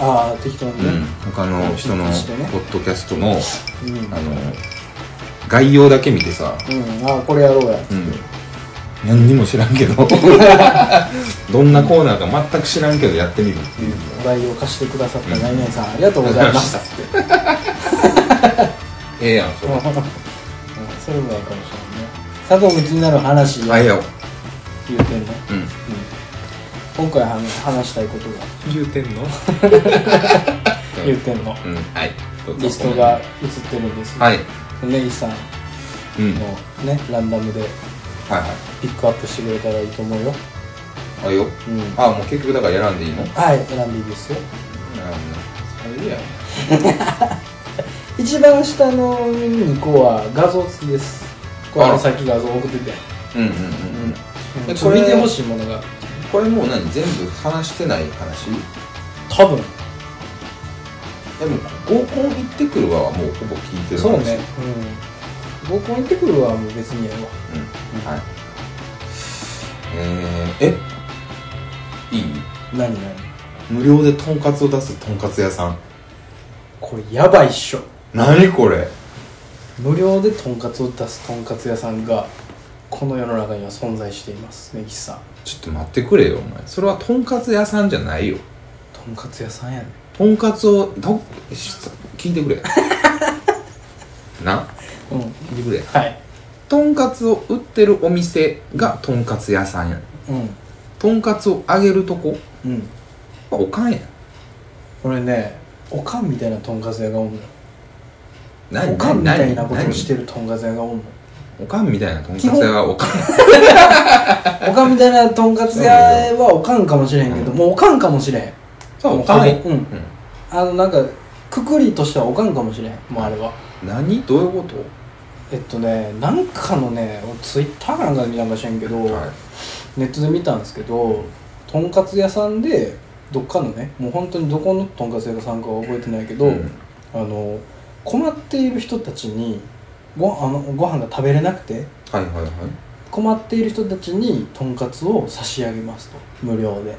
[SPEAKER 1] ああ適当に
[SPEAKER 2] う
[SPEAKER 1] ね
[SPEAKER 2] ん、他の人のポ
[SPEAKER 1] 人ね
[SPEAKER 2] ッドキャストの、
[SPEAKER 1] うん、うん
[SPEAKER 2] あの概要だけ見てさ、
[SPEAKER 1] ああこれやろうや
[SPEAKER 2] うん、何にも知らんけど どんなコーナーか全く知らんけどやってみるっていう、
[SPEAKER 1] お題を貸してくださった何々さんありがとうございましたって
[SPEAKER 2] ええやんそれ
[SPEAKER 1] うん それもいいかもしれないね佐藤の気になる話
[SPEAKER 2] あええ
[SPEAKER 1] や
[SPEAKER 2] よ
[SPEAKER 1] 言うてんね
[SPEAKER 2] うん
[SPEAKER 1] 今回は話したいことが
[SPEAKER 4] 言うてんの
[SPEAKER 1] 言うてんの
[SPEAKER 2] うんはいどうぞ
[SPEAKER 1] リストが映ってるんです
[SPEAKER 2] はい、
[SPEAKER 1] ネイさん
[SPEAKER 2] うん、
[SPEAKER 1] の
[SPEAKER 2] はい
[SPEAKER 1] ねランダムで
[SPEAKER 2] はい
[SPEAKER 1] ピックアップしてくれたらいいと思うよ
[SPEAKER 2] あええよ
[SPEAKER 1] うん
[SPEAKER 2] あもう結局だから選んでいいのなる
[SPEAKER 1] はい選んでいいですよ
[SPEAKER 2] ほどねいいや
[SPEAKER 1] 一番下の2個は画像付きですこれ
[SPEAKER 2] あ
[SPEAKER 1] あのさっき画像送ってて
[SPEAKER 2] うんうんうんうんえこれ
[SPEAKER 1] 見てほしいものが
[SPEAKER 2] これもう何全部話してない話
[SPEAKER 1] 多分
[SPEAKER 2] でも合コン行ってくるわはもうほぼ聞いてる話
[SPEAKER 1] そうねうん合コン行ってくるはもう別にええわ
[SPEAKER 2] うんはい。えー、えいい
[SPEAKER 1] 何何
[SPEAKER 2] 無料でとんかつを出すとんかつ屋さん。
[SPEAKER 1] これやばいっしょ
[SPEAKER 2] 何これ
[SPEAKER 1] 無料でとんかつを出すとんかつ屋さんがこの世の中には存在しています根岸さん
[SPEAKER 2] ちょっと待ってくれよ、お前。それはとんかつ屋さんじゃないよ。
[SPEAKER 1] とんかつ屋さんやね
[SPEAKER 2] とんかつを、とし聞いてくれ。 な
[SPEAKER 1] うん
[SPEAKER 2] 聞いてくれ。
[SPEAKER 1] はい
[SPEAKER 2] とんかつを売ってるお店がとんかつ屋さんやん。
[SPEAKER 1] う
[SPEAKER 2] とんかつをあげるとこ
[SPEAKER 1] んうん
[SPEAKER 2] はおかんやん。
[SPEAKER 1] これねおかんみたいなとんかつ屋がおんのよ
[SPEAKER 2] 何
[SPEAKER 1] おかんみたいなことを
[SPEAKER 2] 何
[SPEAKER 1] してるとんかつ屋がおんの
[SPEAKER 2] おかんみたいなとんかつ屋がおかん。
[SPEAKER 1] おかんみたいなとんかつ屋はおかんかもしれへんけど、
[SPEAKER 2] うん
[SPEAKER 1] もうおかんかもしれへん
[SPEAKER 2] そうおかんやん。
[SPEAKER 1] うんあのなんかくくりとしてはおかんかもしれへんもうあれは
[SPEAKER 2] 何どういうこと
[SPEAKER 1] えっとねなんかのね俺ツイッターかなんかで見たんかもしれんけど、
[SPEAKER 2] はい
[SPEAKER 1] ネットで見たんですけどとんかつ屋さんでどっかのねもう本当にどこのとんかつ屋さんかは覚えてないけど、
[SPEAKER 2] ん
[SPEAKER 1] あの困っている人たちにごあのご飯が食べれなくて
[SPEAKER 2] はいはいはいはい
[SPEAKER 1] 困っている人たちにとんかつを差し上げますと無料で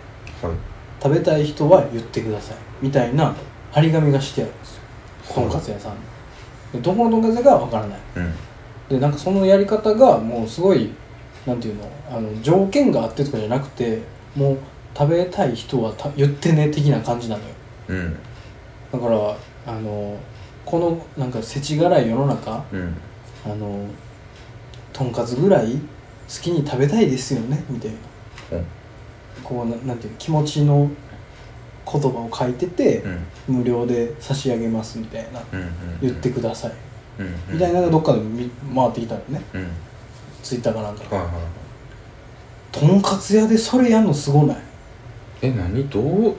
[SPEAKER 1] 食べたい人は言ってくださいみたいな張り紙がしてあるんですよとんかつ屋さんにでどこのとんかつ屋かは分からない
[SPEAKER 2] うん
[SPEAKER 1] でなんかそのやり方がもうすごいなんていうのあの条件があってとかじゃなくてもう食べたい人はた言ってね的な感じなのよ
[SPEAKER 2] うん
[SPEAKER 1] だからあのこのなんか世知辛い世の中
[SPEAKER 2] うん
[SPEAKER 1] あのとんかつぐらい好きに食べたいですよねみたいな、
[SPEAKER 2] うん
[SPEAKER 1] こうななんていうの気持ちの言葉を書いてて
[SPEAKER 2] う、ん
[SPEAKER 1] 無料で差し上げますみたいな
[SPEAKER 2] うん
[SPEAKER 1] 言ってください、
[SPEAKER 2] うん
[SPEAKER 1] みたいなのがどっかで見回ってきたのね
[SPEAKER 2] うん
[SPEAKER 1] ツイッターかなんかで
[SPEAKER 2] はいはいはい
[SPEAKER 1] とんかつ屋でそれやんのすごない、
[SPEAKER 2] え何どう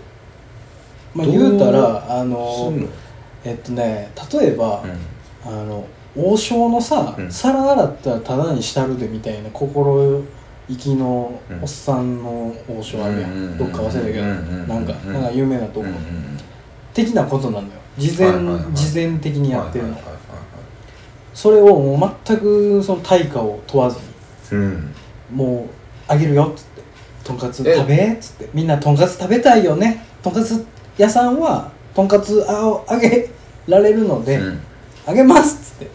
[SPEAKER 1] まあ、
[SPEAKER 2] どう
[SPEAKER 1] 言うたらあ
[SPEAKER 2] す
[SPEAKER 1] の
[SPEAKER 2] んの
[SPEAKER 1] えっとね例えば、
[SPEAKER 2] うん
[SPEAKER 1] あの王将のさ、
[SPEAKER 2] うん
[SPEAKER 1] 皿洗ったらただにしたるでみたいな心意気の
[SPEAKER 2] うん
[SPEAKER 1] おっさんの王将あるや
[SPEAKER 2] うんうんうんうんん
[SPEAKER 1] どっか忘れたけど
[SPEAKER 2] うんうんうん
[SPEAKER 1] なんかなんか有名なとこ
[SPEAKER 2] うんうん
[SPEAKER 1] 的なことなのよ事前
[SPEAKER 2] はいはいはい
[SPEAKER 1] 事前的にやってるの
[SPEAKER 2] はいはいはいはい
[SPEAKER 1] それをもう全くその対価を問わずに
[SPEAKER 2] うん
[SPEAKER 1] もうあげるよっつってとんかつ
[SPEAKER 2] え
[SPEAKER 1] 食べっつってみんなとんかつ食べたいよねとんかつ屋さんはとんかつあをあげられるので、
[SPEAKER 2] うん
[SPEAKER 1] あげますっつって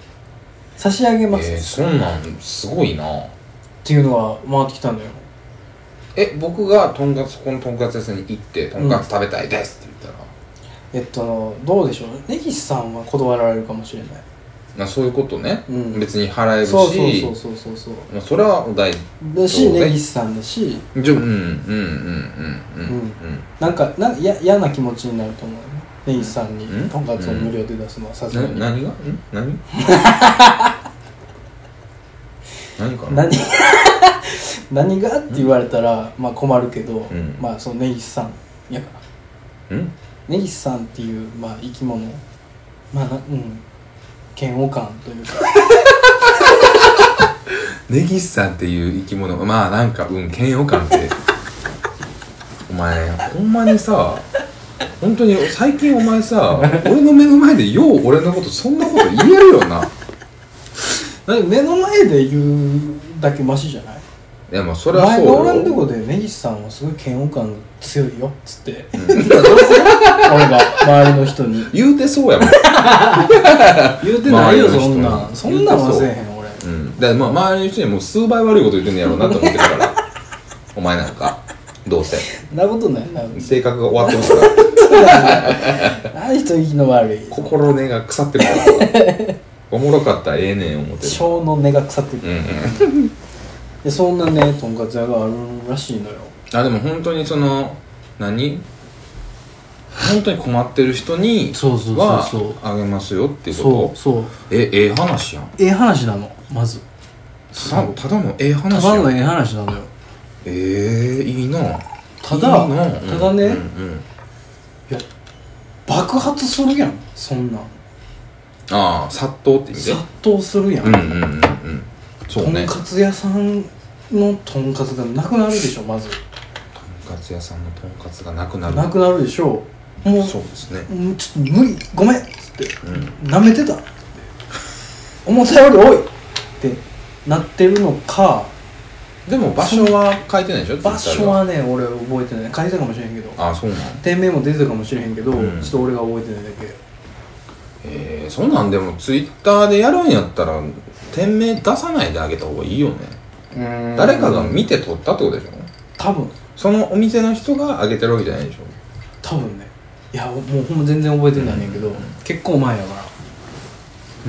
[SPEAKER 1] 差し上げますっつって
[SPEAKER 2] えーそんなんすごいな
[SPEAKER 1] っていうのが回ってきたんだよ
[SPEAKER 2] え僕がとんかつそこのとんかつ屋さんに行ってとんかつ食べたいですって言ったら
[SPEAKER 1] えっとどうでしょう根岸さんは断られるかもしれない
[SPEAKER 2] まあそういうことね
[SPEAKER 1] うん
[SPEAKER 2] 別に払えるし
[SPEAKER 1] そうそうそうそうそうそう
[SPEAKER 2] まあそれはお題
[SPEAKER 1] だし
[SPEAKER 2] そうね
[SPEAKER 1] 根岸さんだし
[SPEAKER 2] じゃうんうんうんうんうん
[SPEAKER 1] なんかなや嫌な気持ちになると思うよね根岸さんに
[SPEAKER 2] うん
[SPEAKER 1] とんかつを無料で出すのはさす
[SPEAKER 2] な
[SPEAKER 1] がに
[SPEAKER 2] 何がん 何何かな
[SPEAKER 1] 何 何がって言われたら、まあ困るけど、
[SPEAKER 2] ん
[SPEAKER 1] まあその根岸さんやから
[SPEAKER 2] ん
[SPEAKER 1] 根岸さんっていう、まあ、生き物まあなうん嫌悪感というか
[SPEAKER 2] 根岸さんっていう生き物まあなんかうん嫌悪感って お前ほんまにさ本当に最近お 前さ俺の目の前でよう俺のことそんなこと言えるよな
[SPEAKER 1] だって目の前で言うだけマシじゃない
[SPEAKER 2] いやまあそれはそ
[SPEAKER 1] 前
[SPEAKER 2] う
[SPEAKER 1] が
[SPEAKER 2] よ
[SPEAKER 1] おらんとこで根岸さんはすごい嫌悪感が強いよっつって
[SPEAKER 2] うん
[SPEAKER 1] 俺が周りの人に
[SPEAKER 2] 言うてそうやもん、
[SPEAKER 1] 言うてないよ
[SPEAKER 2] 周りの
[SPEAKER 1] そ
[SPEAKER 2] 人
[SPEAKER 1] ん
[SPEAKER 2] に
[SPEAKER 1] なんそんなんはせえへん俺
[SPEAKER 2] うん、だからまあ周りの人にもう数倍悪いこと言ってんねやろうなと思ってる からお前なんかどうせ
[SPEAKER 1] そんなことないな
[SPEAKER 2] 性格が終わってますから
[SPEAKER 1] あい人息の悪い
[SPEAKER 2] 心根が腐ってるからおもろかったらええねん思ってる
[SPEAKER 1] 小の根が腐ってる
[SPEAKER 2] うんうん
[SPEAKER 1] でそんなねとんかつ屋があるらしいのよ
[SPEAKER 2] あでも本当にその何本当に困ってる人に
[SPEAKER 1] そうそうそうそう
[SPEAKER 2] はあげますよっていう
[SPEAKER 1] そ
[SPEAKER 2] こ
[SPEAKER 1] うそう
[SPEAKER 2] とえええ話やん
[SPEAKER 1] ええ話なのまず
[SPEAKER 2] たただのええ
[SPEAKER 1] た
[SPEAKER 2] 話
[SPEAKER 1] だ
[SPEAKER 2] や
[SPEAKER 1] の
[SPEAKER 2] ん
[SPEAKER 1] ええ話なのよ
[SPEAKER 2] ええいいな
[SPEAKER 1] ただ
[SPEAKER 2] いいな
[SPEAKER 1] ただね
[SPEAKER 2] うんうん
[SPEAKER 1] 爆発するやんそんなん
[SPEAKER 2] ああ殺到って意味で
[SPEAKER 1] 殺到するやん、
[SPEAKER 2] うんうんうんうんそう
[SPEAKER 1] とん
[SPEAKER 2] ね
[SPEAKER 1] かつ屋さんのとんかつがなくなるでしょまず
[SPEAKER 2] とんかつ屋さんのとんかつがなくなる
[SPEAKER 1] なくなるでしょうもう
[SPEAKER 2] そうですね
[SPEAKER 1] もうちょっと無理ごめんっつって
[SPEAKER 2] うん
[SPEAKER 1] 舐めてた思ったより多いってなってるのか
[SPEAKER 2] でも場所は書いてないでしょ
[SPEAKER 1] 場所
[SPEAKER 2] Twitter
[SPEAKER 1] はね俺覚えてない書いてたかもしれへんけど
[SPEAKER 2] ではあそうなの
[SPEAKER 1] 店名も出てたかもしれへんけど、
[SPEAKER 2] うん
[SPEAKER 1] ちょっと俺が覚えてないだけ
[SPEAKER 2] えー、そんなんでもツイッターでやるんやったら店名出さないであげた方がいいよね誰かが見て撮ったってことでしょ
[SPEAKER 1] 多分
[SPEAKER 2] そのお店の人があげてるわけじゃないでしょ
[SPEAKER 1] 多分ねいやもうほんま全然覚えてないねんけど、
[SPEAKER 2] うん
[SPEAKER 1] 結構前やから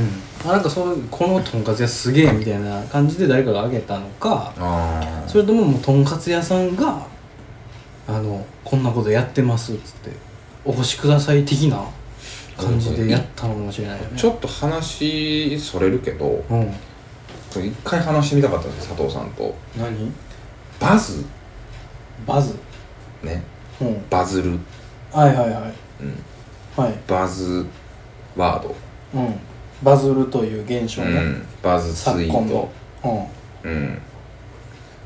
[SPEAKER 1] うんあなんかそういうこのとんかつ屋すげえみたいな感じで誰かがあげたのか
[SPEAKER 2] ああ
[SPEAKER 1] それとももうとんかつ屋さんがあのこんなことやってますっつってお越しください的な感じでやったのかもしれないよね
[SPEAKER 2] ちょっと話それるけど
[SPEAKER 1] うん
[SPEAKER 2] 一回話してみたかったんですよ佐藤さんと
[SPEAKER 1] 何
[SPEAKER 2] バズ
[SPEAKER 1] バズ
[SPEAKER 2] ね
[SPEAKER 1] うん
[SPEAKER 2] バズる、
[SPEAKER 1] はいはいはい
[SPEAKER 2] うん、
[SPEAKER 1] はい
[SPEAKER 2] バズワード、
[SPEAKER 1] うんバズるという現象
[SPEAKER 2] う
[SPEAKER 1] ね、
[SPEAKER 2] ん、バズツ
[SPEAKER 1] 昨
[SPEAKER 2] イ
[SPEAKER 1] 今
[SPEAKER 2] ート
[SPEAKER 1] のうん
[SPEAKER 2] うん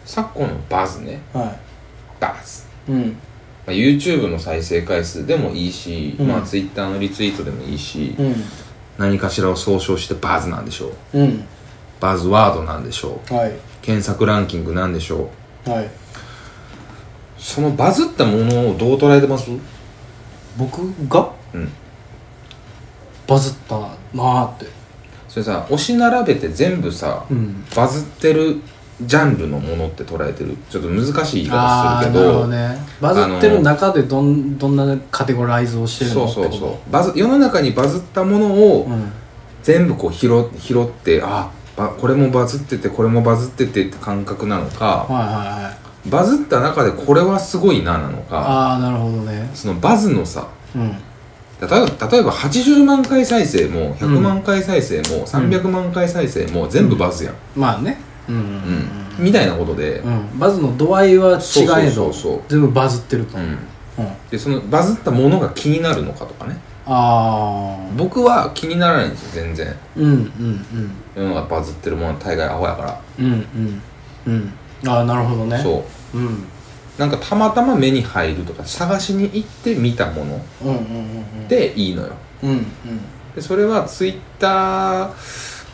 [SPEAKER 2] 昨今のバズね
[SPEAKER 1] は
[SPEAKER 2] バズ
[SPEAKER 1] いうん
[SPEAKER 2] まあ YouTube の再生回数でもいいし、
[SPEAKER 1] うん
[SPEAKER 2] まあ、Twitter のリツイートでもいいし、
[SPEAKER 1] うん
[SPEAKER 2] 何かしらを総称してバズなんでしょう
[SPEAKER 1] うん
[SPEAKER 2] バズワードなんでしょう
[SPEAKER 1] はい
[SPEAKER 2] 検索ランキングなんでしょう
[SPEAKER 1] はい
[SPEAKER 2] そのバズったものをどう捉えてます
[SPEAKER 1] 僕が
[SPEAKER 2] うん
[SPEAKER 1] バズったなあって
[SPEAKER 2] それさ押し並べて全部さ、
[SPEAKER 1] うん
[SPEAKER 2] バズってるジャンルのものって捉えてるちょっと難しい言い
[SPEAKER 1] あ
[SPEAKER 2] 方
[SPEAKER 1] あ
[SPEAKER 2] す
[SPEAKER 1] ー
[SPEAKER 2] るけ
[SPEAKER 1] なるほ
[SPEAKER 2] ど
[SPEAKER 1] どねバズってる中でどんどんなカテゴライズをしてる
[SPEAKER 2] そ
[SPEAKER 1] の
[SPEAKER 2] う
[SPEAKER 1] って
[SPEAKER 2] そ
[SPEAKER 1] こ
[SPEAKER 2] う
[SPEAKER 1] と
[SPEAKER 2] そうバズ世の中にバズったものを
[SPEAKER 1] うん
[SPEAKER 2] 全部こう拾拾ってあばこれもバズっててこれもバズっててって感覚なのか、
[SPEAKER 1] はいはいはい
[SPEAKER 2] バズった中でこれはすごいななのか
[SPEAKER 1] ああなるほどね
[SPEAKER 2] そのバズのさ
[SPEAKER 1] うん
[SPEAKER 2] 例えば例えば80万回再生も100万回再生も、300万回再生も全部バズやん、
[SPEAKER 1] まあねうんうん
[SPEAKER 2] うんみたいなことで、
[SPEAKER 1] うんうんバズの度合いは違え
[SPEAKER 2] そ
[SPEAKER 1] ど
[SPEAKER 2] うそうそうそう
[SPEAKER 1] 全部バズってると
[SPEAKER 2] う
[SPEAKER 1] うん
[SPEAKER 2] ん
[SPEAKER 1] あ
[SPEAKER 2] でそのバズったものが気になるのかとかね
[SPEAKER 1] あ
[SPEAKER 2] 僕は気にならないんですよ全然
[SPEAKER 1] ーうんうんうん
[SPEAKER 2] 世の中バズってるものは大概アホやか
[SPEAKER 1] うんうんうんああなるほど
[SPEAKER 2] ら、
[SPEAKER 1] ね
[SPEAKER 2] そう
[SPEAKER 1] う、うん、
[SPEAKER 2] なんかたまたま目に入るとか探しに行って見たもの
[SPEAKER 1] うんうんうんうん
[SPEAKER 2] でいいのよ
[SPEAKER 1] うんうん
[SPEAKER 2] でそれはツイッター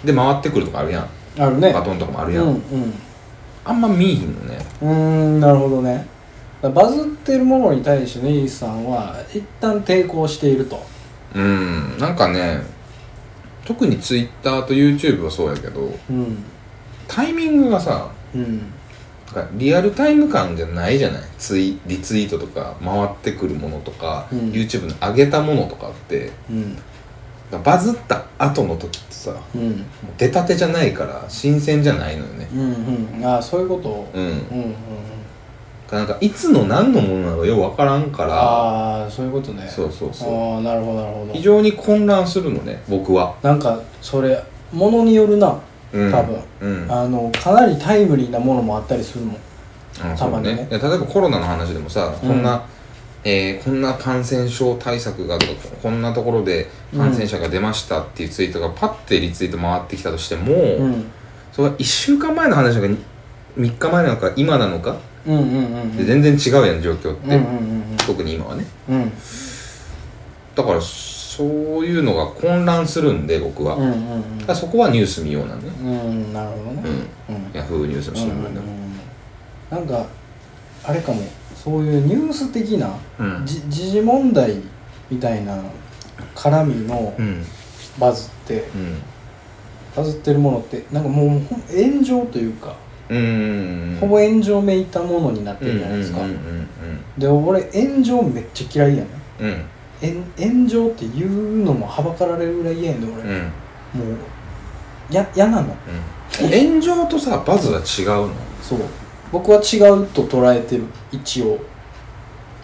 [SPEAKER 2] で回ってくるとかあるやん
[SPEAKER 1] あるね
[SPEAKER 2] バトンとかもあ
[SPEAKER 1] う
[SPEAKER 2] る
[SPEAKER 1] ん
[SPEAKER 2] やん、
[SPEAKER 1] うん
[SPEAKER 2] あんま見えひんのね
[SPEAKER 1] うーんなるほどねだからバズってるものに対してネイさんは一旦抵抗していると
[SPEAKER 2] うんなんかね特に Twitter と YouTube はそうやけど
[SPEAKER 1] うん
[SPEAKER 2] タイミングがさ
[SPEAKER 1] うん
[SPEAKER 2] なんかリアルタイム感じゃないじゃないツイリツイートとか回ってくるものとか、
[SPEAKER 1] うん
[SPEAKER 2] YouTube の上げたものとかって
[SPEAKER 1] うん
[SPEAKER 2] バズった後の時ってさも
[SPEAKER 1] うん
[SPEAKER 2] う出たてじゃないから新鮮じゃないのよね
[SPEAKER 1] うんうんああそういうこと
[SPEAKER 2] うん
[SPEAKER 1] うんうんうん
[SPEAKER 2] なんかいつの何のものなのかよう分からんから
[SPEAKER 1] ああそういうことね
[SPEAKER 2] そうそうそう
[SPEAKER 1] ああなるほどなるほど
[SPEAKER 2] 非常に混乱するのね僕は
[SPEAKER 1] なんかそれものによるな
[SPEAKER 2] うん
[SPEAKER 1] 多分
[SPEAKER 2] うん
[SPEAKER 1] あのかなりタイムリーなものもあったりするもん
[SPEAKER 2] うん
[SPEAKER 1] たまにね
[SPEAKER 2] そういや例えばコロナの話でもさ、
[SPEAKER 1] うん
[SPEAKER 2] こんな、えーこんな感染症対策がとかこんなところで感染者が出ましたっていうツイートがパッてリツイート回ってきたとしても、
[SPEAKER 1] うん
[SPEAKER 2] それは1週間前の話なのか3日前なのか今なのか
[SPEAKER 1] うんうんうん
[SPEAKER 2] で全然違うやん状況っ
[SPEAKER 1] う
[SPEAKER 2] て、
[SPEAKER 1] んうんうん
[SPEAKER 2] 特に今はね
[SPEAKER 1] うん
[SPEAKER 2] だからそそういうのが混乱するんで僕は、
[SPEAKER 5] うんう
[SPEAKER 2] だ
[SPEAKER 5] んうん
[SPEAKER 2] からそこはニュース見ようなんね、
[SPEAKER 5] うんなるほどね
[SPEAKER 2] うん
[SPEAKER 5] うん
[SPEAKER 2] ヤフーニュースの新聞で
[SPEAKER 5] うん
[SPEAKER 2] も
[SPEAKER 5] なんかあれかもそういうニュース的な
[SPEAKER 2] うん
[SPEAKER 5] じ時事問題みたいな絡みの
[SPEAKER 2] うん
[SPEAKER 5] バズって
[SPEAKER 2] うん
[SPEAKER 5] バズってるものってなんかもうほん炎上というか、
[SPEAKER 2] うん
[SPEAKER 5] ほぼ炎上めいたものになってるじゃないですか、
[SPEAKER 2] うんうん
[SPEAKER 5] で俺炎上めっちゃ嫌いやね
[SPEAKER 2] うんうん
[SPEAKER 5] ん炎炎上っていうのもはばかられるぐらい嫌やねん俺、
[SPEAKER 2] うんうん
[SPEAKER 5] もうや嫌なの
[SPEAKER 2] うん炎上とさバズは違うの
[SPEAKER 5] そう僕は違うと捉えてる一応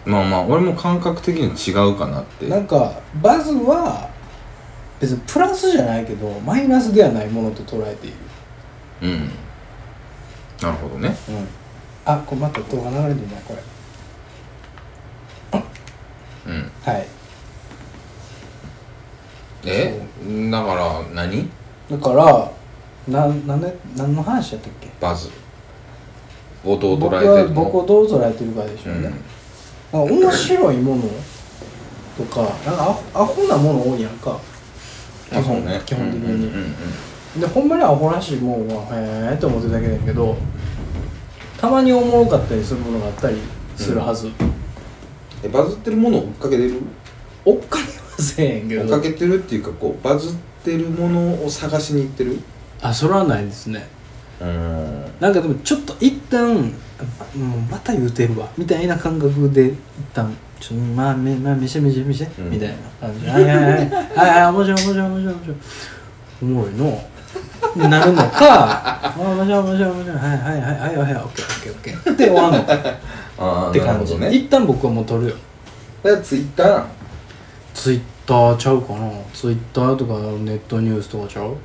[SPEAKER 2] まあまあ俺も感覚的に違うかなって
[SPEAKER 5] なんかバズは別にプラスじゃないけどマイナスではないものと捉えている、
[SPEAKER 2] うんなるほどね
[SPEAKER 5] うん、あこれまた動画流れてるなこれ
[SPEAKER 2] うん
[SPEAKER 5] はい
[SPEAKER 2] えだから何
[SPEAKER 5] だからなんなんで何の話やったっけ
[SPEAKER 2] バズ冒頭
[SPEAKER 5] 僕
[SPEAKER 2] 捉えて
[SPEAKER 5] は
[SPEAKER 2] るの
[SPEAKER 5] 僕をどう捉えてるかでしょうね、なんか面白いものとかなんかアホアホなもの多いやんか
[SPEAKER 2] うん、
[SPEAKER 5] 基
[SPEAKER 2] そう
[SPEAKER 5] 本,、
[SPEAKER 2] ね
[SPEAKER 5] 基本的に、
[SPEAKER 2] うんうん
[SPEAKER 5] でほんまにアホらしいもんはへえって思ってるだけだけどたまにおもろかったりするものがあったりするはず、
[SPEAKER 2] えバズってるものを追っかけてる
[SPEAKER 5] 追っかけはせえへんけ
[SPEAKER 2] 追っか
[SPEAKER 5] ど
[SPEAKER 2] けてるっていうかこうバズってるものを探しに行ってる
[SPEAKER 1] あそれはないですね
[SPEAKER 2] うん
[SPEAKER 1] なんかでもちょっと一旦もうまた言うてるわみたいな感覚で一旦ちょっとまあめまあめしゃめしゃめしゃ、
[SPEAKER 2] うん
[SPEAKER 1] みたいな感じはいはいはいはいはい面白い面白い面白い面白いおもろいのになるのかあ面白い面白い面白いはいはいはいはいはいはいオッケーオッケーオッケーって終わんのかっ
[SPEAKER 2] ああ
[SPEAKER 1] て感じ、
[SPEAKER 2] ね
[SPEAKER 1] 一旦僕はもう撮るよ
[SPEAKER 2] だからツイッター
[SPEAKER 1] ツイッターちゃうかなツイッターとかネットニュースとかちゃう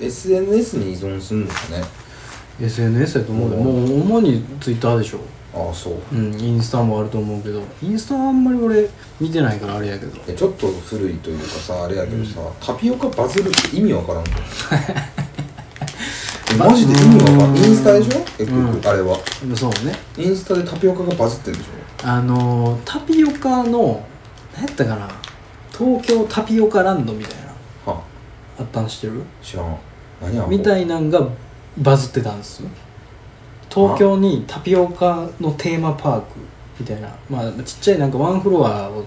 [SPEAKER 2] SNS に依存するんですね
[SPEAKER 1] SNS やと思うで
[SPEAKER 2] うん
[SPEAKER 1] もう主にツイッターでしょ
[SPEAKER 2] ああそ
[SPEAKER 1] う
[SPEAKER 2] う
[SPEAKER 1] んインスタもあると思うけどインスタはあんまり俺見てないからあれやけど
[SPEAKER 2] えちょっと古いというかさあれやけどさ、タピオカバズるって意味わ からんのえマジで意味わからんインスタでしょ結局、
[SPEAKER 1] うん
[SPEAKER 2] あれは
[SPEAKER 1] そうね
[SPEAKER 2] インスタでタピオカがバズってるでし
[SPEAKER 1] あのータピオカの何やったかな東京タピオカランドみたいな
[SPEAKER 2] ょは
[SPEAKER 1] あったんしてる
[SPEAKER 2] 知らん何や
[SPEAKER 1] みた
[SPEAKER 2] い
[SPEAKER 1] いなんがバズってたんです東京にタピオカのテーマパークみたいなまあちっちゃいなんかワンフロアを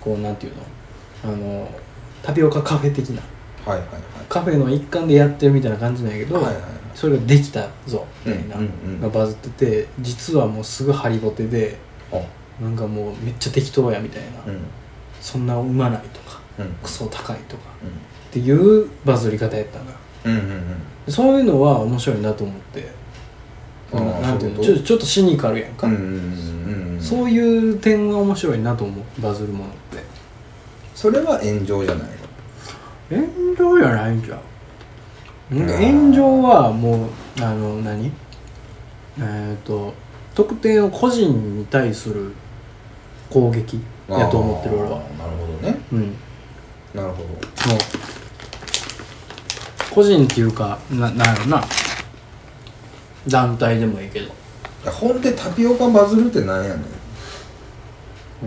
[SPEAKER 1] こうなんていうのあのータピオカカフェ的な
[SPEAKER 2] はいはいは
[SPEAKER 1] カフェの一環でやってるみたいな感じなんやけ
[SPEAKER 2] い
[SPEAKER 1] ど、
[SPEAKER 2] はいはいはい
[SPEAKER 1] それができたぞみたいな
[SPEAKER 2] うんうんうん
[SPEAKER 1] がバズってて実はもうすぐハリボテで
[SPEAKER 2] あ
[SPEAKER 1] なんかもうめっちゃ適当やみたいな、
[SPEAKER 2] うん
[SPEAKER 1] そんな生まないとか
[SPEAKER 2] うん
[SPEAKER 1] クソ高いとかっていうバズり方やったんだ
[SPEAKER 2] うんうんうん
[SPEAKER 1] そういうのは面白いなと思って
[SPEAKER 2] あー
[SPEAKER 1] ななんていうの
[SPEAKER 2] そ
[SPEAKER 1] ち
[SPEAKER 2] ういう
[SPEAKER 1] ょ
[SPEAKER 2] こ
[SPEAKER 1] ちょっとシニカルやん
[SPEAKER 2] う
[SPEAKER 1] か、
[SPEAKER 2] んうんうん
[SPEAKER 1] そうういう点が面白いなと思うバズるものって
[SPEAKER 2] それは炎上じゃないの
[SPEAKER 1] 炎上じゃないんじゃう
[SPEAKER 2] うん
[SPEAKER 1] 炎上はもうあの何えっ、と特定の個人に対する攻撃やと思ってる俺は
[SPEAKER 2] あーなるほどね
[SPEAKER 1] うんもう
[SPEAKER 2] なるほど
[SPEAKER 1] 個人っていうかななんやろな団体でもいいけど
[SPEAKER 2] いやほんでタピオカバズるってなんやねん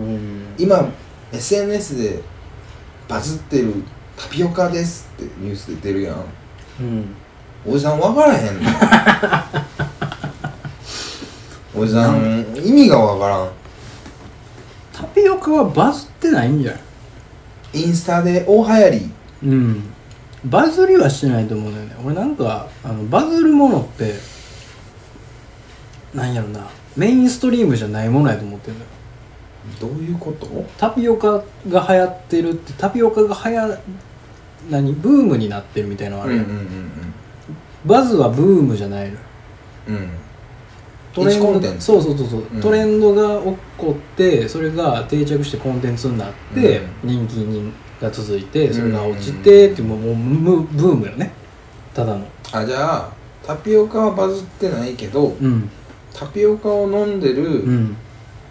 [SPEAKER 1] うん
[SPEAKER 2] 今 SNS でバズってるタピオカですってニュースで出るやん
[SPEAKER 1] うん
[SPEAKER 2] おじさん分からへん のおじさん意味が分からん
[SPEAKER 1] タピオカはバズってないんじゃない
[SPEAKER 2] インスタで大流行り
[SPEAKER 1] うんバズりはしてないと思うんだよね俺なんかあのバズるものってなんやろなメインストリームじゃないものやと思ってるんだよ
[SPEAKER 2] どういうこと
[SPEAKER 1] タピオカが流行ってるってタピオカがはや何ブームになってるみたいなのあ
[SPEAKER 2] うん
[SPEAKER 1] る
[SPEAKER 2] うん
[SPEAKER 1] やんバズはブームじゃないのよ
[SPEAKER 2] うんうん
[SPEAKER 1] トレン
[SPEAKER 2] 一コ
[SPEAKER 1] ド
[SPEAKER 2] ンテンツ
[SPEAKER 1] そうそうそうそう、
[SPEAKER 2] うん
[SPEAKER 1] トレンドが起こってそれが定着してコンテンツになって、
[SPEAKER 2] う
[SPEAKER 1] 人気にが続いてそれが落ちてっていうもうもうムブームよねただの
[SPEAKER 2] あじゃあタピオカはバズってないけど
[SPEAKER 1] うん
[SPEAKER 2] タピオカを飲んでる、
[SPEAKER 1] うん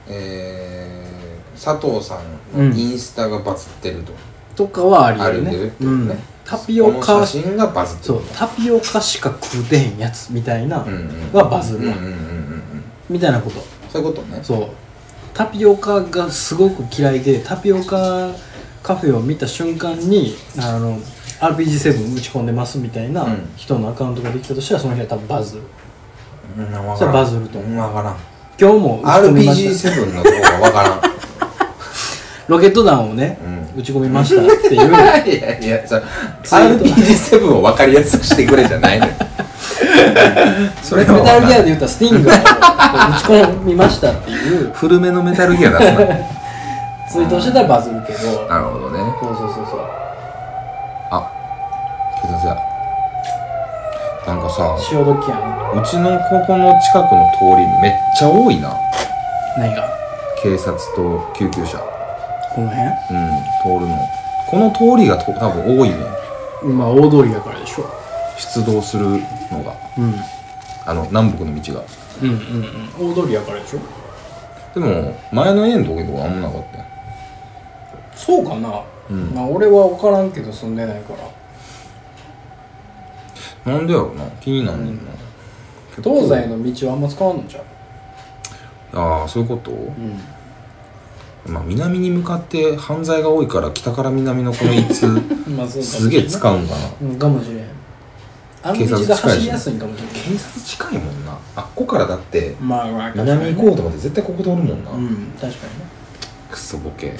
[SPEAKER 2] えー佐藤さんのインスタがバズってると、
[SPEAKER 1] とかはあり
[SPEAKER 2] あ
[SPEAKER 1] よ
[SPEAKER 2] るん
[SPEAKER 1] ね
[SPEAKER 2] でるってこ
[SPEAKER 1] う
[SPEAKER 2] とね、
[SPEAKER 1] ん、タピオ
[SPEAKER 2] この
[SPEAKER 1] カ
[SPEAKER 2] 写真がバズって
[SPEAKER 1] そ
[SPEAKER 2] る
[SPEAKER 1] うタピオカしか食うてへんやつみたいな、
[SPEAKER 2] うんうん
[SPEAKER 1] がバズる
[SPEAKER 2] うんうんうんうん
[SPEAKER 1] みたいなこと
[SPEAKER 2] そういうことね
[SPEAKER 1] そうタピオカがすごく嫌いでタピオカカフェを見た瞬間にあの RPG7 打ち込んでますみたいな
[SPEAKER 2] うん
[SPEAKER 1] 人のアカウントができたとしたらその日は多分バズる
[SPEAKER 2] うん分からん
[SPEAKER 1] それバズると
[SPEAKER 2] うん分からん
[SPEAKER 1] 今日も打ち込みました
[SPEAKER 2] RPG7 のとこが分からん
[SPEAKER 1] ロケット弾をね、
[SPEAKER 2] うん
[SPEAKER 1] 打ち込みましたっていう
[SPEAKER 2] いやいやそれ
[SPEAKER 1] ツイート
[SPEAKER 2] RPG7 を分かりやすくしてくれじゃない のよ それ
[SPEAKER 1] メタルギアで
[SPEAKER 2] は
[SPEAKER 1] 言ったらスティンガーを打ち込みましたっていう
[SPEAKER 2] 古めのメタルギアだす
[SPEAKER 1] ツイートしてたらバズるけど
[SPEAKER 2] ななるほどね
[SPEAKER 1] そうそうそうそう
[SPEAKER 2] あ警察やなんかさ
[SPEAKER 1] 潮時やな
[SPEAKER 2] うちの高校の近くの通りめっちゃ多いな
[SPEAKER 1] 何が
[SPEAKER 2] 警察と救急車
[SPEAKER 1] この辺
[SPEAKER 2] うん通るのこの通りがと多分多いね
[SPEAKER 1] まあ大通りやからでしょ
[SPEAKER 2] 出動するのが
[SPEAKER 1] うん
[SPEAKER 2] あの南北の道が
[SPEAKER 1] うんうんうん大通りやからでしょ
[SPEAKER 2] でも前の家のとこにとかあんまなかったよ
[SPEAKER 1] そうかな、
[SPEAKER 2] うん
[SPEAKER 1] まあ俺は分からんけど住んでないから
[SPEAKER 2] なんでやろな気になんねんな、結構
[SPEAKER 1] 東西の道はあんま使わんのじゃ
[SPEAKER 2] ああそういうこと、
[SPEAKER 1] ん
[SPEAKER 2] まあ南に向かって犯罪が多いから北から南のこの一通
[SPEAKER 1] まあそうかもしれん
[SPEAKER 2] すげえ使うんかな
[SPEAKER 1] うんかもしれんあの
[SPEAKER 2] 警察
[SPEAKER 1] 道
[SPEAKER 2] 近
[SPEAKER 1] が
[SPEAKER 2] いし
[SPEAKER 1] 走りやすいんかもしれん
[SPEAKER 2] 警察近いもんなあっこからだって
[SPEAKER 1] まあまあ確かに
[SPEAKER 2] 南行こうとかって絶対ここ通るもんな、
[SPEAKER 1] うん確かにね
[SPEAKER 2] クソボケ